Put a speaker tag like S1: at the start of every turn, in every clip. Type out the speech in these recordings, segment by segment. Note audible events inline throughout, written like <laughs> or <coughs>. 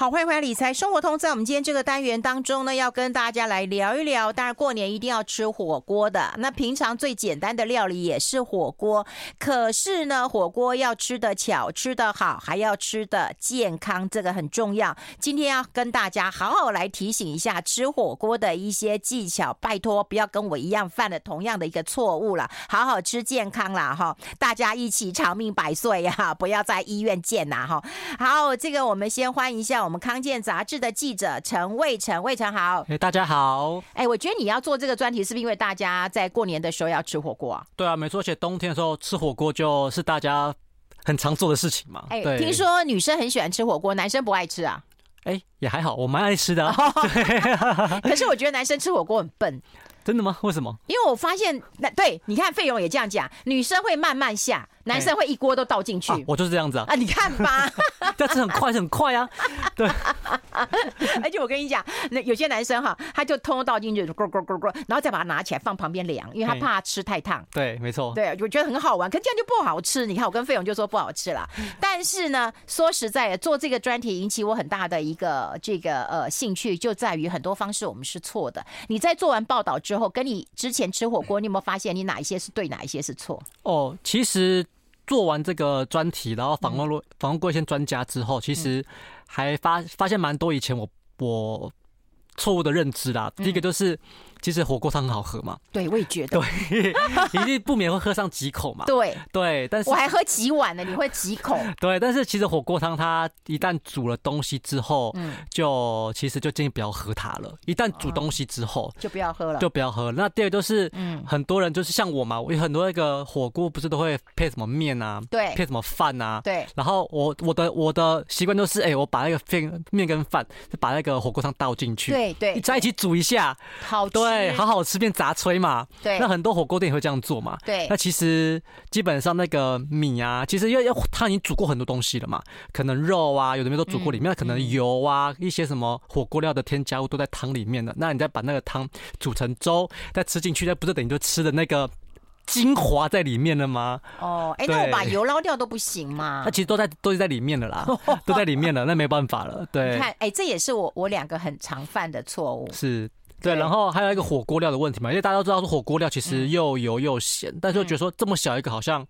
S1: 好，欢迎回来理财生活通，在我们今天这个单元当中呢，要跟大家来聊一聊。当然，过年一定要吃火锅的。那平常最简单的料理也是火锅，可是呢，火锅要吃的巧，吃的好，还要吃的健康，这个很重要。今天要跟大家好好来提醒一下吃火锅的一些技巧，拜托不要跟我一样犯了同样的一个错误了，好好吃健康啦哈，大家一起长命百岁呀、 <laughs> 不要在医院见呐哈。好，这个我们先欢迎一下我们康健杂志的记者陈卫成，卫成好。
S2: 哎、大家好。
S1: 哎，我觉得你要做这个专题，是不是因为大家在过年的时候要吃火锅啊？
S2: 对啊，没错，而且冬天的时候吃火锅就是大家很常做的事情嘛。
S1: 哎，
S2: 对，
S1: 听说女生很喜欢吃火锅，男生不爱吃啊。
S2: 哎、也还好，我蛮爱吃的、啊。
S1: 可是我觉得男生吃火锅很笨，
S2: <laughs> 真的吗？为什么？
S1: 因为我发现，那对，你看费勇也这样讲，女生会慢慢下，男生会一锅都倒进去。
S2: 啊、我就是
S1: <laughs>
S2: 这样子啊，
S1: 啊，你看吧，
S2: 但是很快，很快啊。
S1: 而且我跟你讲，那有些男生哈，他就通通倒进去，咕咕咕咕，然后再把它拿起来放旁边凉，因为他
S2: 哎
S1: 怕吃太烫。
S2: 对，没错。
S1: 对，我觉得很好玩，可这样就不好吃。你看，我跟费勇就说不好吃啦。但是呢，说实在的，做这个专题引起我很大的一个这个呃兴趣，就在于很多方式我们是错的。你在做完报道之后，跟你之前吃火锅，你有没有发现你哪一些是对，哪一些是错？
S2: 哦，其实做完这个专题，然后访问
S1: 嗯
S2: 了访问过一些专家之后，其实还发发现蛮多以前我我错误的认知啦。
S1: 嗯
S2: 第一个就是，其实火锅汤很好喝嘛， <laughs>
S1: 对，我也觉得
S2: 对。，一定不免会喝上几口嘛。
S1: 对，
S2: 对，啊但是
S1: 我还喝几碗呢，你会几口？
S2: 对，但是其实火锅汤它一旦煮了东西之后，
S1: 嗯
S2: 就其实就建议不要喝它了。一旦煮东西之后，
S1: 就不要喝了。
S2: 就不要喝。那第二个就是，
S1: 哦嗯
S2: 很多人就是像我嘛，我有很多那个火锅不是都会配什么面啊，
S1: 对
S2: 配什么饭啊。
S1: 对，
S2: 然后我我的我的习惯就是，哎、我把那个面面跟饭，就把那个火锅汤倒进去，
S1: 对对，
S2: 在一起煮一下，
S1: 好吃，
S2: 对，好好吃变杂炊嘛。
S1: 对
S2: 那很多火锅店也会这样做嘛。
S1: 对
S2: 那其实基本上那个米啊，其实因为因为它已经煮过很多东西了嘛，可能肉啊，有的没都煮过，里
S1: 嗯
S2: 面、可能油啊，一些什么火锅料的添加物都在汤里面的。那你再把那个汤煮成粥，再吃进去，那不是等于就吃的那个精华在里面了吗？
S1: 哦，哎，那我
S2: 对
S1: 把油捞掉都不行吗
S2: 那、？其实都在都是在里面的
S1: <laughs>
S2: 啦，都在里面了，那没办法了。
S1: 你
S2: 对，
S1: 看，哎，这也是我我两个很常犯的错误。
S2: 是。对，
S1: 对
S2: 然后还有一个火锅料的问题嘛，因为大家都知道说火锅料其实又油又咸，但是我觉得说这么小一个好像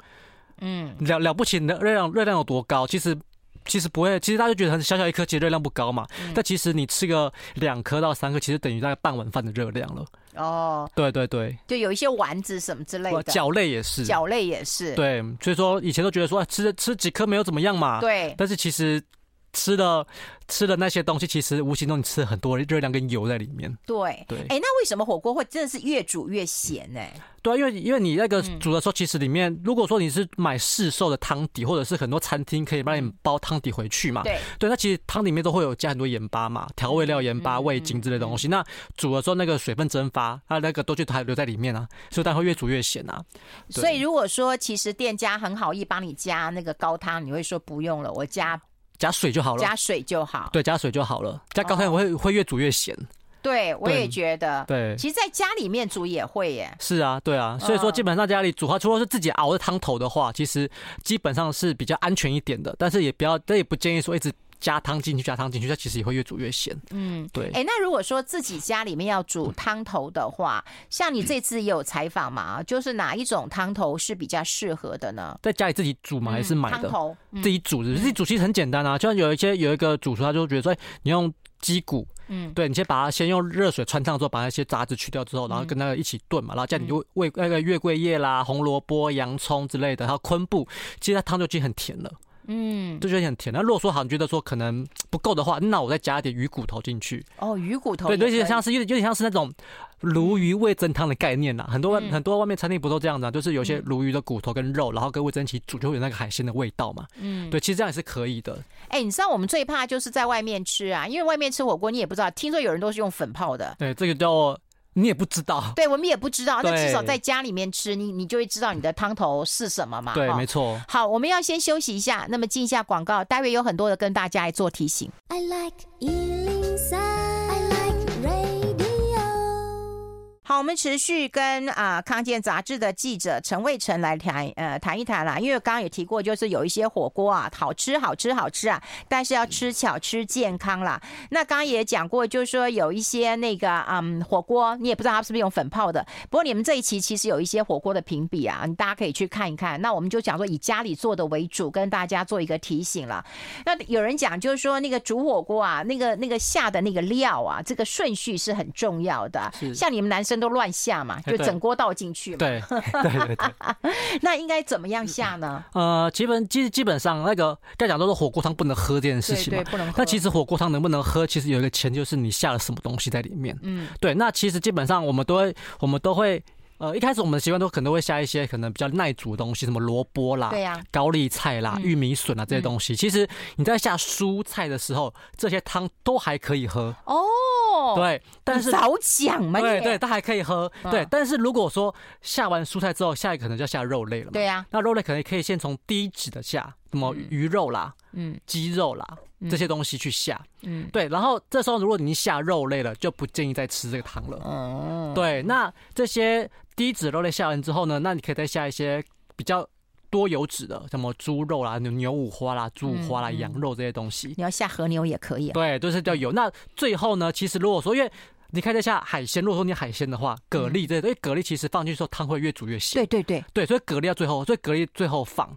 S1: 嗯，
S2: 了了不起的热量热量有多高？其实其实不会，其实大家就觉得很小小一颗，其实热量不高嘛。
S1: 嗯
S2: 但其实你吃个两颗到三颗，其实等于大概半碗饭的热量了。
S1: 哦，
S2: 对对对，
S1: 就有一些丸子什么之类
S2: 哇
S1: 的，
S2: 饺类也是。
S1: 饺类也是，
S2: 对，啊所以说以前都觉得说啊吃吃几颗没有怎么样嘛。。
S1: 对
S2: 但是其实吃了吃了那些东西，其实无形中你吃了很多热量跟油在里面。
S1: 对
S2: 对
S1: 哎，那为什么火锅会真的是越煮越咸呢？
S2: 对啊，因为因为你那个
S1: 嗯
S2: 煮的时候，其实里面、如果说你是买市售的汤底，或者是很多餐厅可以帮你包汤底回去嘛，
S1: 嗯对，
S2: 对，那其实汤里面都会有加很多盐巴嘛，调味料、盐
S1: 嗯
S2: 巴、味精之类的东西。那煮的时候，那个水分蒸发，它那个都就还留在里面啊，所以它会越煮越咸啊。对
S1: 所以如果说其实店家很好意帮你加那个高汤，你会说不用了，我加
S2: 加水就好了，
S1: 加哦水就好。
S2: 对，加水就好了。加高汤会、会越煮越咸，
S1: 对，我
S2: 对
S1: 也觉得，
S2: 对。
S1: 其实在家里面煮也会耶。
S2: <laughs> 是啊，对啊，
S1: 嗯
S2: 所以说基本上家里煮的话，除了是自己熬的汤头的话，其实基本上是比较安全一点的，但是也不要，但也不建议说一直加汤进去，加汤进去，它其实也会越煮越咸。嗯，对。
S1: 哎，那如果说自己家里面要煮汤头的话，像你这次也有采访嘛，就是哪一种汤头是比较适合的呢？
S2: 在家里自己煮嘛，还是买
S1: 嗯汤
S2: 的？
S1: 头，嗯
S2: 自己煮的，自己煮其实很简单啊。就像有一些有一个主厨，他就觉得说，哎你用鸡骨，
S1: 嗯，
S2: 对，你先把它先用热水穿烫之后，把那些杂质去掉之后，
S1: 嗯
S2: 然后跟那个一起炖嘛，然后加你就味那个月桂叶啦、红萝卜、洋葱之类的，还有昆布，其实它汤就已经很甜了，
S1: 嗯，
S2: 就觉得很甜。那如果说好，你觉得说可能不够的话，那我再加一点鱼骨头进去，
S1: 哦，鱼骨头
S2: 对，
S1: 也可
S2: 有
S1: 以，嗯
S2: 点像是有点有点像是那种鲈鱼味增汤的概念啦。很多外、很多外面餐厅不都这样子啊？就是有
S1: 嗯
S2: 些鲈鱼的骨头跟肉，然后跟味增一起煮，就会有那个海鲜的味道嘛。嗯，对，其实这样也是可以的。
S1: 哎、你知道我们最怕就是在外面吃啊，因为外面吃火锅你也不知道，听说有人都是用粉泡的，
S2: 对，这个叫你也不知道。
S1: 对我们也不知道。那
S2: 对
S1: 至少在家里面吃，你你就会知道你的汤头是什么嘛。
S2: 对，
S1: 哈
S2: 没错。
S1: 好，我们要先休息一下，那么进一下广告，待会有很多的跟大家来做提醒。
S3: I like Ealing Sound. I like radio.
S1: 好，我们持续跟啊、康健杂志的记者陈卫成来谈呃谈一谈啦，因为刚刚也提过，就是有一些火锅啊，好吃好吃好吃啊，但是要吃巧吃健康啦。那刚刚也讲过，就是说有一些那个嗯火锅，你也不知道它是不是用粉泡的。不过你们这一期其实有一些火锅的评比啊，大家可以去看一看。那我们就讲说以家里做的为主，跟大家做一个提醒了。那有人讲就是说那个煮火锅啊，那个那个下的那个料啊，这个顺序是很重要的。
S2: 是
S1: 像你们男生都乱下嘛，就
S2: 哎对
S1: 整锅倒进去嘛。
S2: 对对对对，
S1: 那应该怎么样下呢？
S2: 呃，基本基基本上那个该讲都是火锅汤不能喝这件事
S1: 对
S2: 情嘛
S1: 对，。不能喝。
S2: 那其实火锅汤能不能喝，其实有一个前提就是你下了什么东西在里面。
S1: 嗯，
S2: 对，那其实基本上我们都会，我们都会，呃，一开始我们的习惯都可能都会下一些可能比较耐煮的东西，什么萝卜啦、
S1: 对呀、
S2: 高丽菜啦、
S1: 嗯
S2: 玉米笋啊这些东西。其实你在下蔬菜的时候，这些汤都还可以喝，
S1: 哦，，
S2: 对，但是。
S1: 早讲嘛你，
S2: 对对，它还可以喝，对
S1: 嗯。
S2: 但是如果说下完蔬菜之后，下一个可能就要下肉类了嘛。
S1: 对呀、
S2: 那肉类可能可以先从低脂的下，什么
S1: 嗯
S2: 鱼肉啦、
S1: 嗯
S2: 鸡肉啦
S1: 嗯
S2: 这些东西去下。
S1: 嗯
S2: 对，然后这时候如果你下肉类了，就不建议再吃这个汤了。
S1: 嗯，
S2: 对，那这些低脂肉类下完之后呢，那你可以再下一些比较多油脂的，什么猪肉啦、牛牛五花啦、猪五花啦、
S1: 嗯嗯
S2: 羊肉这些东西。
S1: 你要下和牛也可以、啊。
S2: 对，都是叫油。那最后呢，其实如果说因为你看一下海鲜，如果说你海鲜的话，蛤
S1: 嗯
S2: 蜊这些，因为蛤蜊其实放进去之后汤会越煮越咸。
S1: 对对对，
S2: 对，所以蛤蜊要最后，所以蛤蜊最后放，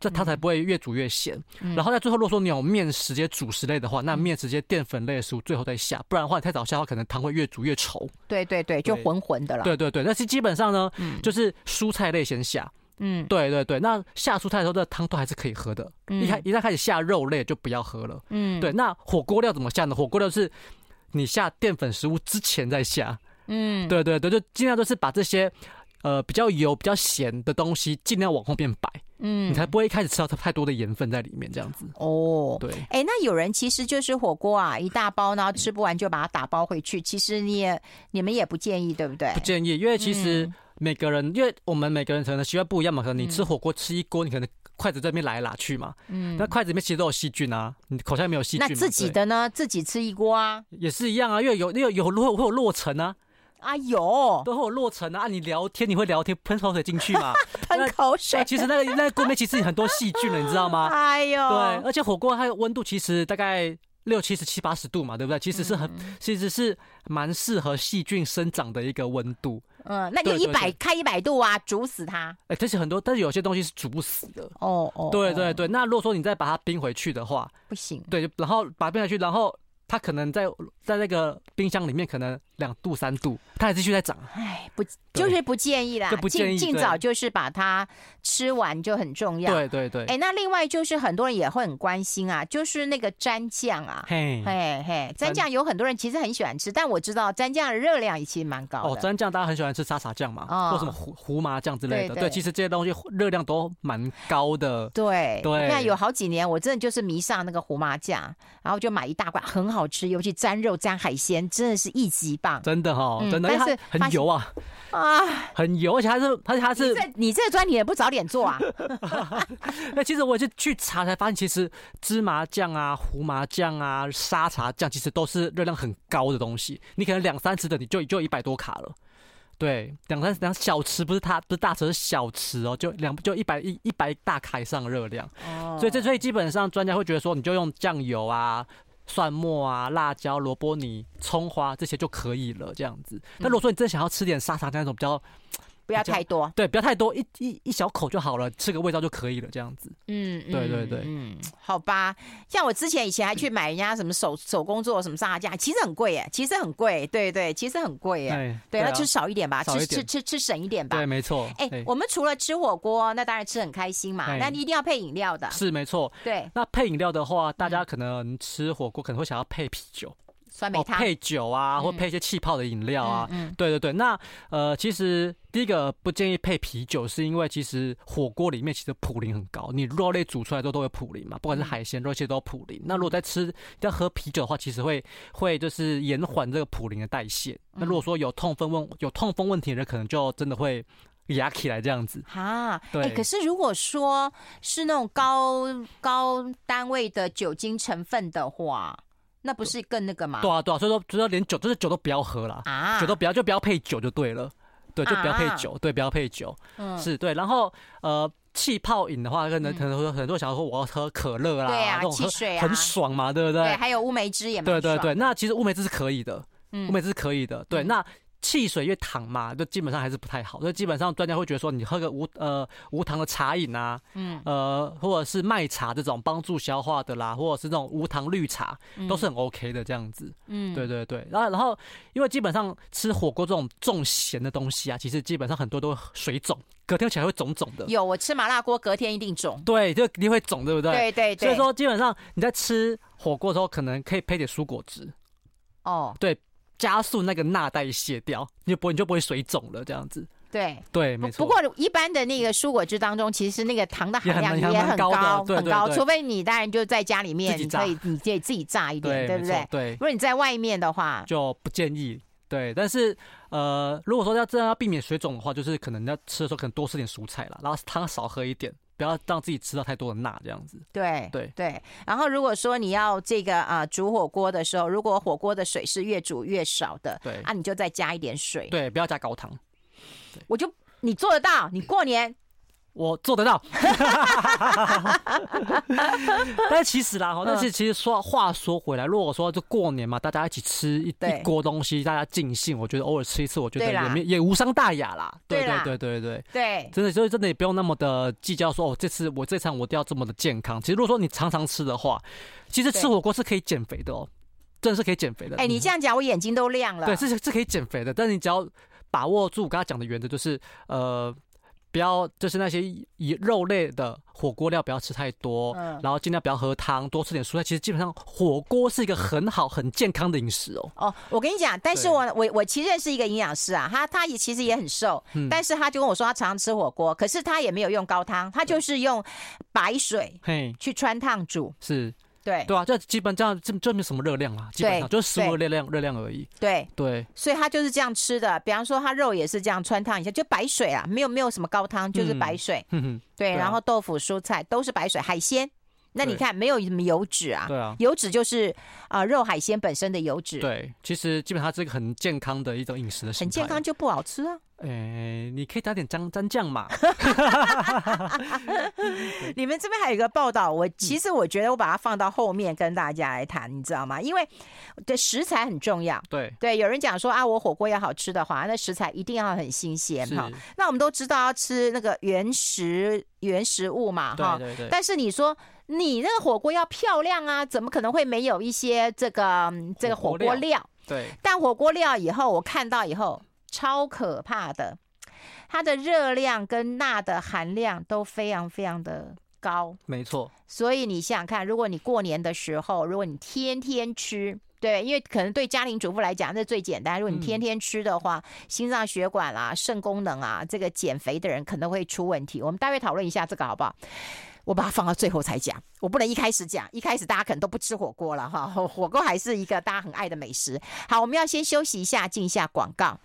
S2: 这它才不会越煮越咸。
S1: 嗯
S2: 然后在最后，如果说你有面食接主食类的话，那面食接淀粉类的食物最后再下，不然的话你太早下的话，可能汤会越煮越稠。
S1: 对对对，就
S2: 对
S1: 浑浑的了。
S2: 对对对，但是基本上呢，
S1: 啊嗯
S2: 就是蔬菜类先下。
S1: 嗯，
S2: 对对对，那下蔬菜的时候，这汤都还是可以喝的。
S1: 嗯
S2: 一开一旦开始下肉类就不要喝了。
S1: 嗯
S2: 对，那火锅料怎么下呢？火锅料是你下淀粉食物之前再下。
S1: 嗯
S2: 对对对，就尽量都是把这些。呃，比较油、比较咸的东西，尽量往后面摆。
S1: 嗯
S2: <laughs> 你才不会一开始吃到太多的盐分在里面，这样子。
S1: 哦。
S2: 对，
S1: 哎，那有人其实就是火锅啊，一大包，然后吃不完就把它打包回去。其实你也你们也不建议，对不对
S2: 不？建议，因为其
S1: 嗯
S2: 实每个人，因为我们每个人可能习惯不一样嘛，可能你吃火锅吃一锅，你可能筷子在那边来拉去嘛，
S1: 嗯
S2: 那筷子里面其实都有细菌啊，你口腔里面有细菌
S1: 那
S2: 嘛，
S1: 自己
S2: 对
S1: 的呢，自己吃一锅啊。
S2: 也是一样啊，因为有因为有会有会有落尘啊，
S1: 啊有
S2: 都会有落尘啊，啊你聊天你会聊天喷口水进去嘛，
S1: <laughs> 喷口水
S2: 那，其实那个那个锅里面其实有很多细菌了，你知道吗？
S1: 哎呦，
S2: 对，而且火锅它的温度其实大概六七十七八十度嘛，对不对？其实是很，
S1: 嗯
S2: 其实是蛮适合细菌生长的一个温度。
S1: 嗯，那就
S2: 对
S1: 一
S2: 对
S1: 百
S2: 对
S1: 开一百度啊，煮死它。
S2: 哎、但是很多，但是有些东西是煮不死的。
S1: 哦哦，
S2: 对对
S1: 哦，
S2: 对，那如果说你再把它冰回去的话，
S1: 不行。
S2: 对，然后把它冰回去，然后它可能在在那个冰箱里面可能两度三度，它还继续在长。啊
S1: 哎，不就是不建议啦，
S2: 就不建议
S1: 尽尽
S2: 对
S1: 早就是把它吃完就很重要。
S2: 对对对，
S1: 哎，那另外就是很多人也会很关心啊，就是那个蘸酱啊。
S2: 嘿。
S1: 嘿嘿，蘸
S2: 蘸
S1: 酱有很多人其实很喜欢吃，但我知道蘸酱的热量也其实蛮高
S2: 哦，
S1: 的。
S2: 蘸酱大家很喜欢吃沙茶酱嘛，
S1: 哦
S2: 或什么胡胡麻酱之类
S1: 对
S2: 的。
S1: 对
S2: 对，其实这些东西热量都蛮高的。
S1: 对，
S2: 对
S1: 那有好几年我真的就是迷上那个胡麻酱，然后就买一大罐，很好吃，尤其沾肉沾海鲜，真的是一级棒
S2: 真的哈、
S1: 嗯
S2: 真的，
S1: 但
S2: 因为
S1: 是
S2: 它
S1: 发
S2: 很
S1: 现
S2: 油啊，
S1: 啊！
S2: 很油，而且它是，而且它
S1: 你
S2: 是，
S1: 这你这个专题也不早点做啊？
S2: 那其实我也是去查才发现，其实芝麻酱啊、胡麻酱啊、沙茶酱，其实都是热量很高的东西。你可能两三匙的，你就就一百多卡了。对，两三两小匙不是它不是大匙是小匙哦，就两就一百一一百大卡以上的热量。 <laughs>
S1: 哦
S2: 所以这所以基本上专家会觉得说，你就用酱油啊。蒜末啊、辣椒、萝卜泥、葱花这些就可以了，这样子。那如果说你真的想要吃点沙茶酱那种比较，
S1: 不要
S2: 比较
S1: 太多，
S2: 对，不要太多，一一一小口就好了，吃个味道就可以了，这样子。
S1: 嗯，
S2: 对对
S1: 嗯
S2: 对
S1: 嗯，好吧。像我之前以前还去买人家什么手手工做的什么沙拉酱，其实很贵耶，其实很贵，对对，其实很贵耶。
S2: 哎
S1: 对，那
S2: 啊
S1: 吃少一点吧，
S2: 少
S1: 吃
S2: 一
S1: 吃
S2: 点
S1: 吃吃省一点吧
S2: 对，。没错。
S1: 哎、
S2: 对
S1: 我们除了吃火锅，那当然吃很开心嘛，
S2: 哎
S1: 那你一定要配饮料的，
S2: 是哦没错。
S1: 对，
S2: 那配饮料的话，大
S1: 嗯
S2: 家可能吃火锅可能会想要配啤酒，
S1: 酸梅
S2: 哦，
S1: 汤。
S2: 配酒啊，或
S1: 嗯
S2: 配一些气泡的饮料啊。
S1: 嗯，
S2: 对对对，那呃，其实第一个不建议配啤酒，是因为其实火锅里面其实普林很高，你肉类煮出来之后都会普林嘛，不管
S1: 嗯
S2: 是海鲜肉，其实都有普林。那如果在吃要喝啤酒的话，其实会会就是延缓这个普林的代谢。那
S1: 嗯
S2: 如果说有痛风问有痛风问题的人，可能就真的会压起来这样子。
S1: 哈、哎、
S2: 对
S1: 可是如果说是那种高高单位的酒精成分的话，那不是更那个吗？
S2: 对啊，对啊，所以说，所以说连酒就是酒都不要喝啦，
S1: 啊，
S2: 酒都不要就不要配酒就对了，对，就不要配酒，对，不要配酒，
S1: 嗯
S2: 是对。然后呃，气泡饮的话，可能
S1: 嗯
S2: 可能会很多人想说我要喝可乐啦，
S1: 对啊
S2: 那种喝
S1: 汽水啊
S2: 很爽嘛，对不
S1: 对，
S2: 对？
S1: 还有乌梅汁也蛮
S2: 对对
S1: 爽
S2: 对，，那其实乌梅汁是可以的，乌
S1: 嗯
S2: 梅汁是可以的。对，
S1: 嗯
S2: 那汽水因为糖嘛，就基本上还是不太好，所以基本上专家会觉得说，你喝个无呃无糖的茶饮啊，
S1: 嗯
S2: 呃或者是麦茶这种帮助消化的啦，或者是那种无糖绿茶，都是很 OK 的这样子。
S1: 嗯
S2: 对对对，然后然后因为基本上吃火锅这种重咸的东西啊，其实基本上很多都会水肿，隔天起来会肿肿的。
S1: 有我吃麻辣锅隔天一定肿，
S2: 对，就一定会肿，对不对？
S1: 对对对，
S2: 所以说基本上你在吃火锅的时候，可能可以配点蔬果汁，
S1: 哦
S2: 加速那个钠代谢掉，你就不会你就不会水肿了这样子。
S1: 对。
S2: 对，
S1: 不
S2: 没
S1: 不
S2: 错。
S1: 过一般的那个蔬果汁当中，其实那个糖的
S2: 也
S1: 含
S2: 很
S1: 量
S2: 蛮
S1: 也
S2: 蛮
S1: 很
S2: 高的
S1: 高，
S2: 对
S1: 很
S2: 对
S1: 高。
S2: 对
S1: 除非你当然就在家里面，
S2: 自己
S1: 你
S2: 炸
S1: 可以你自己自己炸一点，
S2: 对，
S1: 对
S2: 没
S1: 不
S2: 错，
S1: 对？
S2: 对
S1: 如，果你在外面的话，
S2: 就不建议。对，但是呃，如果说要真的要避免水肿的话，就是可能要吃的时候可能多吃点蔬菜啦，然后汤少喝一点，不要让自己吃到太多的钠这样子。
S1: 对
S2: 对
S1: 对。然后如果说你要这个啊、呃煮火锅的时候，如果火锅的水是越煮越少的，
S2: 对
S1: 啊，你就再加一点水。
S2: 对，不要加高糖。
S1: 我就你做得到，你过年
S2: 我做得到， <laughs> 但其实
S1: 嗯
S2: 啦，哦但是其实说话说回来，如果说就过年嘛，大家一起吃一
S1: 对
S2: 一锅东西，大家尽兴，我觉得偶尔吃一次，我觉得
S1: 对啦
S2: 也没也无伤大雅啦。对
S1: 对啦
S2: 对对对对，
S1: 对
S2: <laughs> 真的所以真的也不用那么的计较说，哦，这次我这餐我一定要这么的健康。其实如果说你常常吃的话，其实吃
S1: 对
S2: 火锅是可以减肥的哦，真的是可以减肥的。嗯
S1: 哎、你这样讲，我眼睛都亮了。
S2: 对，是是可以减肥的，但你只要把握住我刚才讲的原则，就是呃，不要就是那些以肉类的火锅料不要吃太多，
S1: 嗯
S2: 然后尽量不要喝汤，多吃点蔬菜。其实基本上火锅是一个很好很健康的饮食哦。
S1: 哦，我跟你讲，但是
S2: 对
S1: 我我我其实认识一个营养师啊，他他也其实也很瘦，
S2: 嗯
S1: 但是他就跟我说他常常吃火锅，可是他也没有用高汤，他就是用白水
S2: 嘿，
S1: 去穿烫煮，
S2: 是
S1: 对
S2: 对啊，这基本这样这这没什么热量啦，基本
S1: 哎对
S2: 上就是食物
S1: 对啊
S2: 热量热量而已。
S1: 对，
S2: 对，
S1: 所以他就是这样吃的。比方说他肉也是这样穿烫一下，就白水啊，没有没有什么高汤，就是白水，
S2: 哼哼，
S1: 对，
S2: 嗯对啊
S1: 然后豆腐、蔬菜都是白水，海鲜，那你
S2: 对
S1: 看没有什么油脂啊，
S2: 对啊。
S1: 油脂就是啊、呃肉海鲜本身的油脂，
S2: 对，其实基本上是一个很健康的一种饮食的形
S1: 很健
S2: 态
S1: 康就不好吃啊。
S2: 诶，你可以打点沾沾
S1: <laughs>
S2: 酱嘛，
S1: 你们这边还有一个报道，
S2: 嗯
S1: 我其实我觉得我把它放到后面跟大家来谈，你知道吗？因为对食材很重要。
S2: 对，
S1: 对，有人讲说啊，我火锅要好吃的话，那食材一定要很新鲜
S2: 是，
S1: 哈。那我们都知道要吃那个原食原食物嘛
S2: 对
S1: 哈，
S2: 对对。
S1: 但是你说你那个火锅要漂亮啊，怎么可能会没有一些这个嗯这个火
S2: 火锅
S1: 锅
S2: 料
S1: 料？
S2: 对，
S1: 但火锅料以后我看到以后超可怕的，它的热量跟钠的含量都非常非常的高，
S2: 没错，
S1: 所以你想想看，如果你过年的时候，如果你天天吃。对，因为可能对家庭主妇来讲，那最简单。如果你天天吃的话，心脏血管啦、肾功能啊，这个减肥的人可能会出问题。我们待会讨论一下这个好不好？我把它放到最后才讲，我不能一开始讲，一开始大家可能都不吃火锅了哈，火锅还是一个大家很爱的美食。好，我们要先休息一下，进一下广告。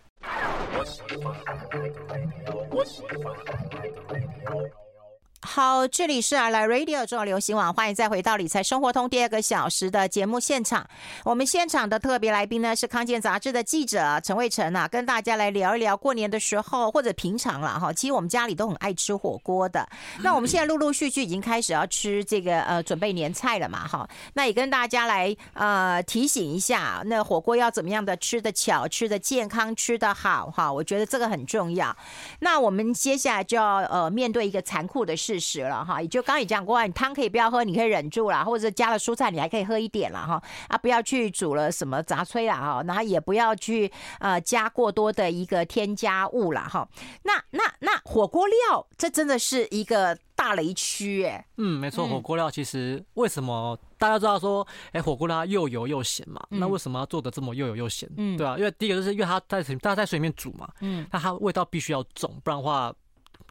S1: 好，这里是 I l Radio 中央流行网，欢迎再回到理财生活通第二个小时的节目现场。我们现场的特别来宾呢是康健杂志的记者陈慧晨啊，跟大家来聊一聊过年的时候或者平常啦哈，其实我们家里都很爱吃火锅的。那我们现在陆陆续续已经开始要吃这个呃准备年菜了嘛哈，那也跟大家来呃提醒一下，那火锅要怎么样的吃的巧、吃的健康、吃的好哈，我觉得这个很重要。那我们接下来就要呃面对一个残酷的事实了哈，也就刚刚也讲过啊，你汤可以不要喝，你可以忍住啦，或者加了蔬菜你还可以喝一点啦哈，啊不要去煮了什么杂炊啦哈，然后也不要去呃加过多的一个添加物啦哈。那那那火锅料这真的是一个大雷区哎、
S2: 嗯，没错，
S1: 嗯
S2: 火锅料其实为什么大家知道说，哎、火锅料它又油又咸嘛，那
S1: 嗯
S2: 为什么要做的这么又油又咸？
S1: 嗯
S2: 对啊，因为第一个就是因为它在水，它在水里面煮嘛，
S1: 嗯
S2: 那它味道必须要重，不然的话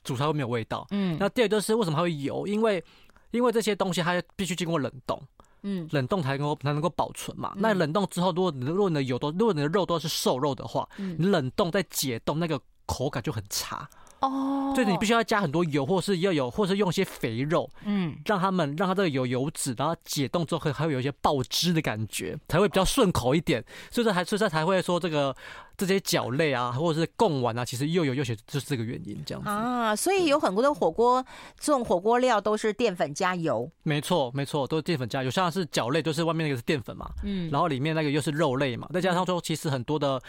S2: 煮出来会没有味道。
S1: 嗯
S2: 那第二个就是为什么它会油，因为因为这些东西它必须经过冷冻，
S1: 嗯
S2: 冷冻才能够才能够保存嘛。那
S1: 嗯
S2: 冷冻之后，如果你的如果你的油都如果你的肉都是瘦肉的话，
S1: 嗯
S2: 你冷冻再解冻，那个口感就很差。
S1: 哦，
S2: 所以你必须要加很多油，或是要有，或是用一些肥肉，
S1: 嗯，
S2: 让他们让它这个有油脂，然后解冻之后，还会有一些爆汁的感觉，才会比较顺口一点。所以这还所以这才会说这个这些饺类啊，或者是贡丸啊，其实又有又血，就是这个原因这样子。
S1: 啊，所以有很多的火锅这种火锅料都是淀粉加油，
S2: 没错，没错，都是淀粉加油，像是饺类，就是外面那个是淀粉嘛，
S1: 嗯，
S2: 然后里面那个又是肉类嘛，再加上说其实很多的。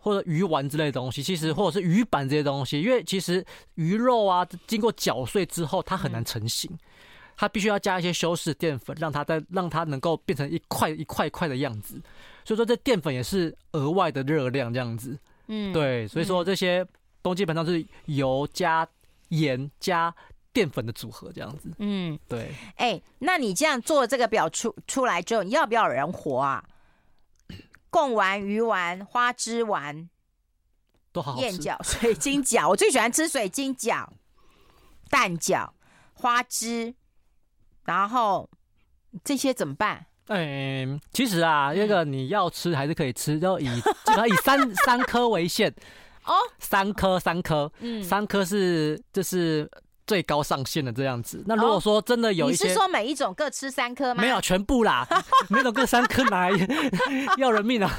S2: 或者鱼丸之类的东西，其
S1: 嗯
S2: 实或者是鱼板这些东西，因为其实鱼肉啊，经过搅碎之后，它
S1: 嗯
S2: 很难成型，它必须要加一些修饰淀粉，让它在让它能够变成一块一块一块的样子。所以说，这淀粉也是额外的热量这样子。
S1: 嗯，
S2: 对，所以说这些东西基本上是油加盐加淀粉的组合这样子。
S1: 嗯，
S2: 对，
S1: 哎、那你这样做这个表出出来之后，你要不要有人活
S2: <coughs>
S1: 啊？贡丸、鱼丸、花枝丸、
S2: 都好好
S1: 燕
S2: 吃。
S1: 饺、 <laughs> 水晶饺，我最喜欢吃水晶饺、蛋饺、花枝，然后这些怎么办？
S2: 嗯，其实啊，那个你要吃还是可以吃，要以 <laughs> 基本上以三三颗为限，
S1: 哦，
S2: 三颗三颗，
S1: 嗯
S2: 三颗是就是最高上限的这样子。那如果说真的有
S1: 哦你
S2: 一
S1: 是
S2: 些。
S1: 说每一种各吃三颗吗？
S2: 没有，全部啦，每种各三颗拿， <laughs> 要人命啊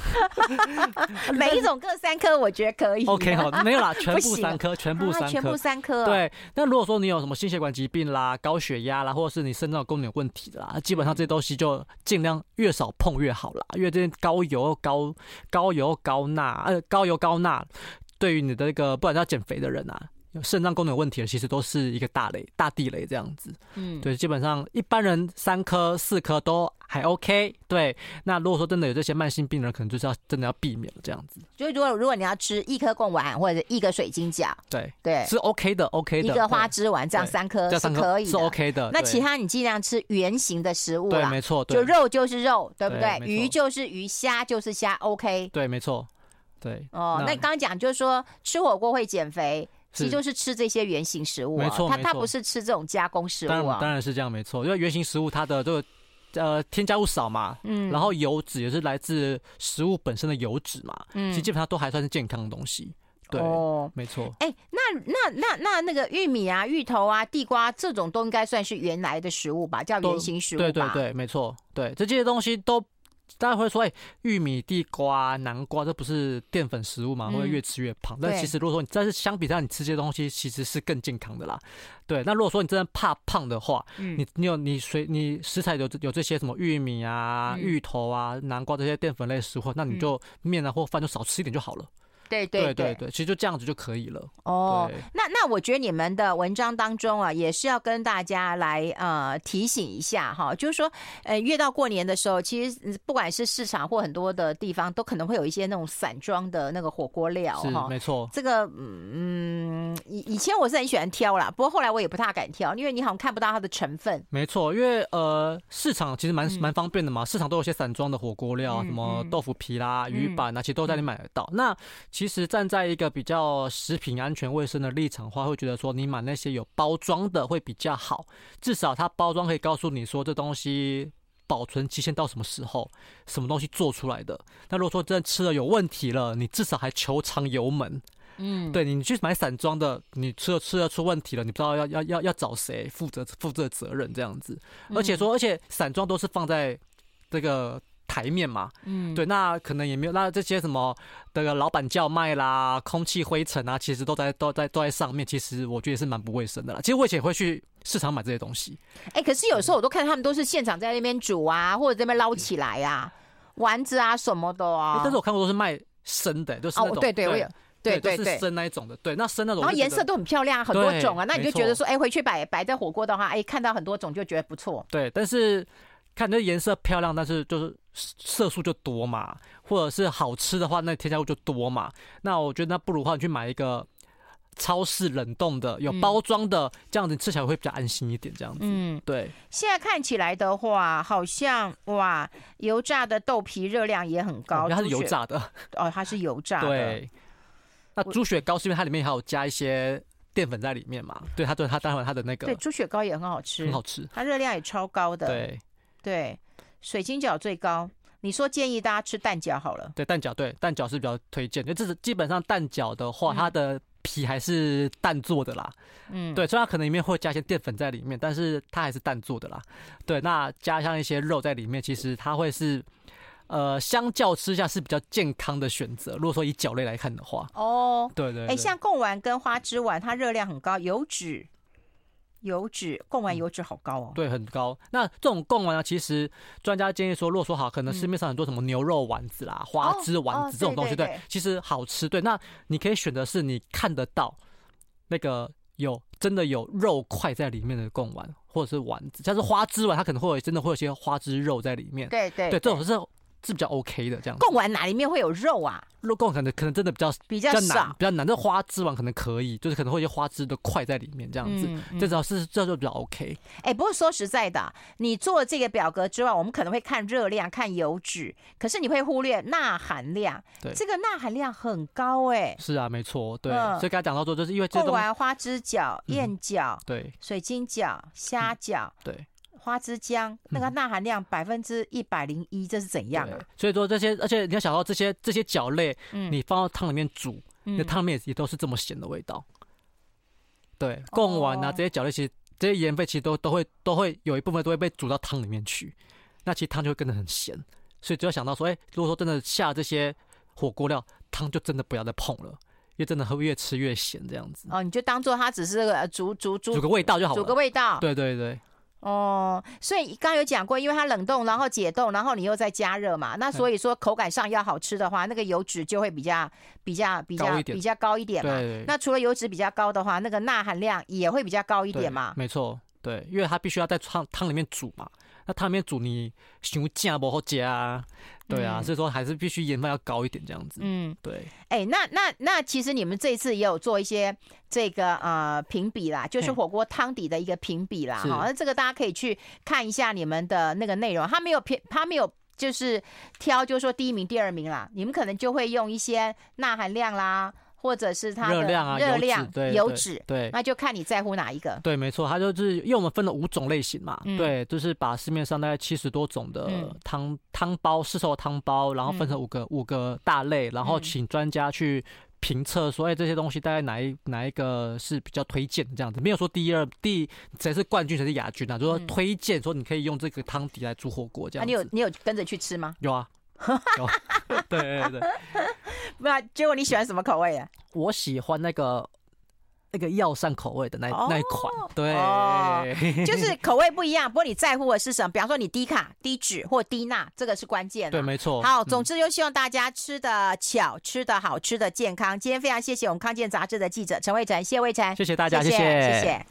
S1: <laughs> 每一种各三颗，我觉得可以。
S2: ！OK 好，没有啦，全
S1: 不
S2: 部
S1: 行
S2: 三颗，全部
S1: 啊
S2: 三
S1: 全
S2: 颗
S1: 部，三颗哦。
S2: 对，那如果说你有什么心血管疾病啦、高血压啦，或者是你肾脏有功能有问题的啦，基本上
S1: 嗯
S2: 这些东西就尽量越少碰越好啦，因为这些高油、高高油、高钠，呃，高油高钠，对于你的这个不管是要减肥的人啊。有肾脏功能有问题的，其实都是一个大雷、大地雷这样子。
S1: 嗯，
S2: 对，基本上一般人三颗、四颗都还 OK。对，那如果说真的有这些慢性病人，可能就是要真的要避免了这样子。
S1: 就是如果如果你要吃一颗贡丸或者一个水晶饺，
S2: 对，
S1: 对，
S2: 是 OK 的，OK 的。
S1: 一个花
S2: 对
S1: 枝丸这样
S2: 对
S1: 三颗
S2: 这
S1: 是
S2: 三颗
S1: 可以
S2: 是
S1: 的。
S2: OK 的。
S1: 那
S2: 对
S1: 其他你尽量吃圆形的食物
S2: 对，
S1: 啦，
S2: 没错，对
S1: 就肉就是肉，对不对
S2: 对？没错
S1: 鱼就是鱼，虾就是虾，OK。
S2: 对，没错，对。
S1: 哦，那刚刚讲就是说吃火锅会减肥，其实
S2: 是
S1: 就是吃这些圆形食物
S2: 没
S1: 啊，
S2: 错
S1: 它
S2: 没
S1: 它
S2: 错
S1: 不是吃这种加工食
S2: 当
S1: 物
S2: 然当
S1: 啊。
S2: 然是这样，没错，因为原型食物它的这个呃添加物少嘛，
S1: 嗯
S2: 然后油脂也是来自食物本身的油脂嘛，其实基本上都还算是健康的东西，对，
S1: 嗯哦，
S2: 没错。
S1: 哎，那那那那那个玉米啊、芋头啊、地瓜这种都应该算是原来的食物吧，叫
S2: 都
S1: 原型食物吧？
S2: 对对对，没错，对这些东西都。大家会说，哎、玉米、地瓜、南瓜，这不是淀粉食物嘛？
S1: 嗯
S2: 会越吃越胖。但
S1: 对
S2: 其实如果说你，但是相比之下，你吃这些东西其实是更健康的啦。对，那如果说你真的怕胖的话，
S1: 嗯
S2: 你你有你随你食材有这有这些什么玉米啊、
S1: 嗯
S2: 芋头啊、南瓜这些淀粉类食物，那你就面啊或饭就少吃一点就好了。
S1: 对对
S2: 对对，其实就这样子就可以了。
S1: 哦
S2: 对，
S1: 那那我觉得你们的文章当中啊，也是要跟大家来呃提醒一下哈，就是说呃，越到过年的时候，其实嗯不管是市场或很多的地方，都可能会有一些那种散装的那个火锅料
S2: 是
S1: 哈。
S2: 没错，
S1: 这个嗯，嗯以以前我是很喜欢挑啦，不过后来我也不大敢挑，因为你好像看不到它的成分。
S2: 没错，因为呃，市场其实蛮蛮方便的嘛，市场都有一些散装的火锅料啊，
S1: 嗯
S2: 什么豆腐皮啦、
S1: 嗯
S2: 鱼板啊，其实都在你买得到。那其实站在一个比较食品安全卫生的立场的话，会觉得说你买那些有包装的会比较好，至少它包装可以告诉你说这东西。保存期限到什么时候？什么东西做出来的？那如果说真的吃了有问题了，你至少还求偿油门。
S1: 嗯，
S2: 对你去买散装的，你吃了吃了出问题了，你不知道要要要要找谁负责负这责任这样子。
S1: 嗯
S2: 而且说，而且散装都是放在这个台面嘛，
S1: 嗯，
S2: 对，那可能也没有，那这些什么这个老板叫卖啦、空气灰尘啊，其实都在都在都在上面，其实我觉得也是蛮不卫生的啦。其实我以前也会去市场买这些东西，
S1: 哎、可是有时候我都看他们都是现场在那边煮啊，或者在那边捞起来啊，丸子啊什么的啊
S2: 诶。但是我看过都是卖生的、就是那
S1: 哦
S2: 种、，
S1: 对对，我有，对对
S2: 都
S1: 对
S2: 是。生那一种的，对，那生那种
S1: 然后
S2: 我就觉得，
S1: 颜色都很漂亮，很多
S2: 对
S1: 种啊，那你就
S2: 没
S1: 觉得
S2: 错
S1: 说，哎，回去摆摆在火锅的话，哎，看到很多种就觉得不错。
S2: 对，但是看这颜色漂亮，但是就是色素就多嘛，或者是好吃的话，那添加物就多嘛。那我觉得那不如的话，你去买一个超市冷冻的、有
S1: 嗯
S2: 包装的，这样子吃起来会比较安心一点。这样子，
S1: 嗯，
S2: 对，
S1: 现在看起来的话，好像哇，油炸的豆皮热量也很
S2: 因
S1: 高，
S2: 为它是
S1: 猪
S2: 油
S1: 血
S2: 炸的，
S1: 哦，它是油炸的，
S2: 对。那
S1: 我
S2: 猪血糕是因为它里面还有加一些淀粉在里面嘛？对，它对它当然它的那
S1: 对，
S2: 个
S1: 猪血糕也很好吃，
S2: 很好吃，
S1: 它热量也超高的，
S2: 对
S1: 对水晶饺最高。你说建议大家吃蛋饺好了，
S2: 对，蛋饺对蛋饺是比较推荐，因为这是基本上蛋饺的话，
S1: 嗯
S2: 它的皮还是蛋做的啦。
S1: 嗯，
S2: 对，虽然它可能里面会加一些淀粉在里面，但是它还是蛋做的啦。对，那加上一些肉在里面，其实它会是，呃，相较之下是比较健康的选择。如果说以角类来看的话，
S1: 哦，
S2: 对对
S1: 哎、
S2: 对
S1: 像贡丸跟花枝丸，它热量很高，油脂，油脂，贡丸油脂好高哦。
S2: 对很高。那这种贡丸呢，啊其实专家建议说，若说好，可能市面上很多什么牛肉丸子啦、花枝丸
S1: 哦
S2: 子
S1: 对
S2: 这种东西，
S1: 对对
S2: 其实好吃。对，那你可以选择是你看得到那个有真的有肉块在里面的贡丸，或者是丸子，像是花枝丸，它可能会有真的会有一些花枝肉在里面。
S1: 对对
S2: 对，这种是是比较 OK 的这样子。
S1: 贡丸哪里面会有肉啊？
S2: 肉贡可能可能真的比较比
S1: 比较
S2: 较难
S1: 少，，
S2: 比较难。这花枝丸可能可以，就是可能会有一些花枝的块在里面这样子。
S1: 嗯嗯
S2: 这只要是这就比较 OK，
S1: 哎、不过说实在的啊，你做了这个表格之外，我们可能会看热量、看油脂，可是你会忽略钠含量。
S2: 对
S1: 这个钠含量很高哎、
S2: 是啊，没错，对。
S1: 嗯
S2: 所以刚才讲到说，就是因为这
S1: 贡
S2: 东嗯
S1: 丸、花枝饺、燕饺、
S2: 对
S1: 水晶饺、虾饺、
S2: 嗯对嗯
S1: 花枝姜，那个钠含量百分之一百零一，这是怎样
S2: 对
S1: 啊？，
S2: 所以说这些，而且你要想到这些这些饺类，
S1: 嗯
S2: 你放到汤里面煮，
S1: 嗯
S2: 那汤里面也都是这么咸的味道。对，贡丸啊，
S1: 哦
S2: 这些饺类其实这些盐分其实都都会都会有一部分都会被煮到汤里面去，那其实汤就会跟得很咸。所以只要想到说，哎、如果说真的下这些火锅料，汤就真的不要再碰了，因为真的会越吃越咸这样子，
S1: 哦，你就当做它只是呃煮煮煮
S2: 煮个味道就好
S1: 煮
S2: 了。
S1: 个味道。
S2: 对对对，
S1: 哦，所以刚刚有讲过，因为它冷冻，然后解冻，然后你又再加热嘛，那
S2: 嗯
S1: 所以说口感上要好吃的话，那个油脂就会比较比较比
S2: 高
S1: 较
S2: 一点
S1: 比较高一点嘛。
S2: 对
S1: 那除了油脂比较高的话，那个钠含量也会比较高一
S2: 对
S1: 点嘛。
S2: 没错，对，因为它必须要在汤汤里面煮嘛。那汤里面煮你熊酱不好加啊，对啊，
S1: 嗯
S2: 所以说还是必须盐分要高一点这样子。
S1: 嗯，
S2: 对，
S1: 哎，那那那其实你们这一次也有做一些这个呃评比啦，就是
S2: 嘿
S1: 火锅汤底的一个评比啦，
S2: 是
S1: 好，那这个大家可以去看一下你们的那个内容，他没有偏，他没有。就是挑，就是说第一名、第二名啦，你们可能就会用一些钠含量啦，或者是它的
S2: 热量啊，
S1: 热
S2: 油
S1: 量
S2: 脂，、对，
S1: 油
S2: 对
S1: 脂，
S2: 对。
S1: 那就看你在乎哪一个。
S2: 对，没错，它就是因为我们分了五种类型嘛，
S1: 嗯
S2: 对，就是把市面上大概七十多种的
S1: 嗯
S2: 汤、汤包市售的汤包，然后分成五个、五个大类，然后
S1: 嗯
S2: 请专家去评测说，哎、这些东西大概哪一哪一个是比较推荐的这样子，没有说第二第谁是冠军谁是亚军啊，就说
S1: 嗯
S2: 推荐说你可以用这个汤底来煮火锅这
S1: 那、
S2: 样
S1: 啊你有
S2: 子。
S1: 你有跟着去吃吗？
S2: 有啊，有，
S1: <laughs>
S2: 对对对，
S1: 那啊结果你喜欢什么口味的？啊
S2: 我喜欢那个那个药膳口味的那、那一款，对。
S1: 哦 <laughs> 就是口味不一样，不过你在乎的是什么？比方说你低卡、低脂或低钠，这个是关键啊。
S2: 对，没错。
S1: 好，
S2: 嗯
S1: 总之就希望大家吃的巧、吃的好、吃的健康。今天非常谢谢我们康健杂志的记者陈慧晨，谢慧晨，
S2: 谢谢大家，
S1: 谢
S2: 谢
S1: 谢。谢谢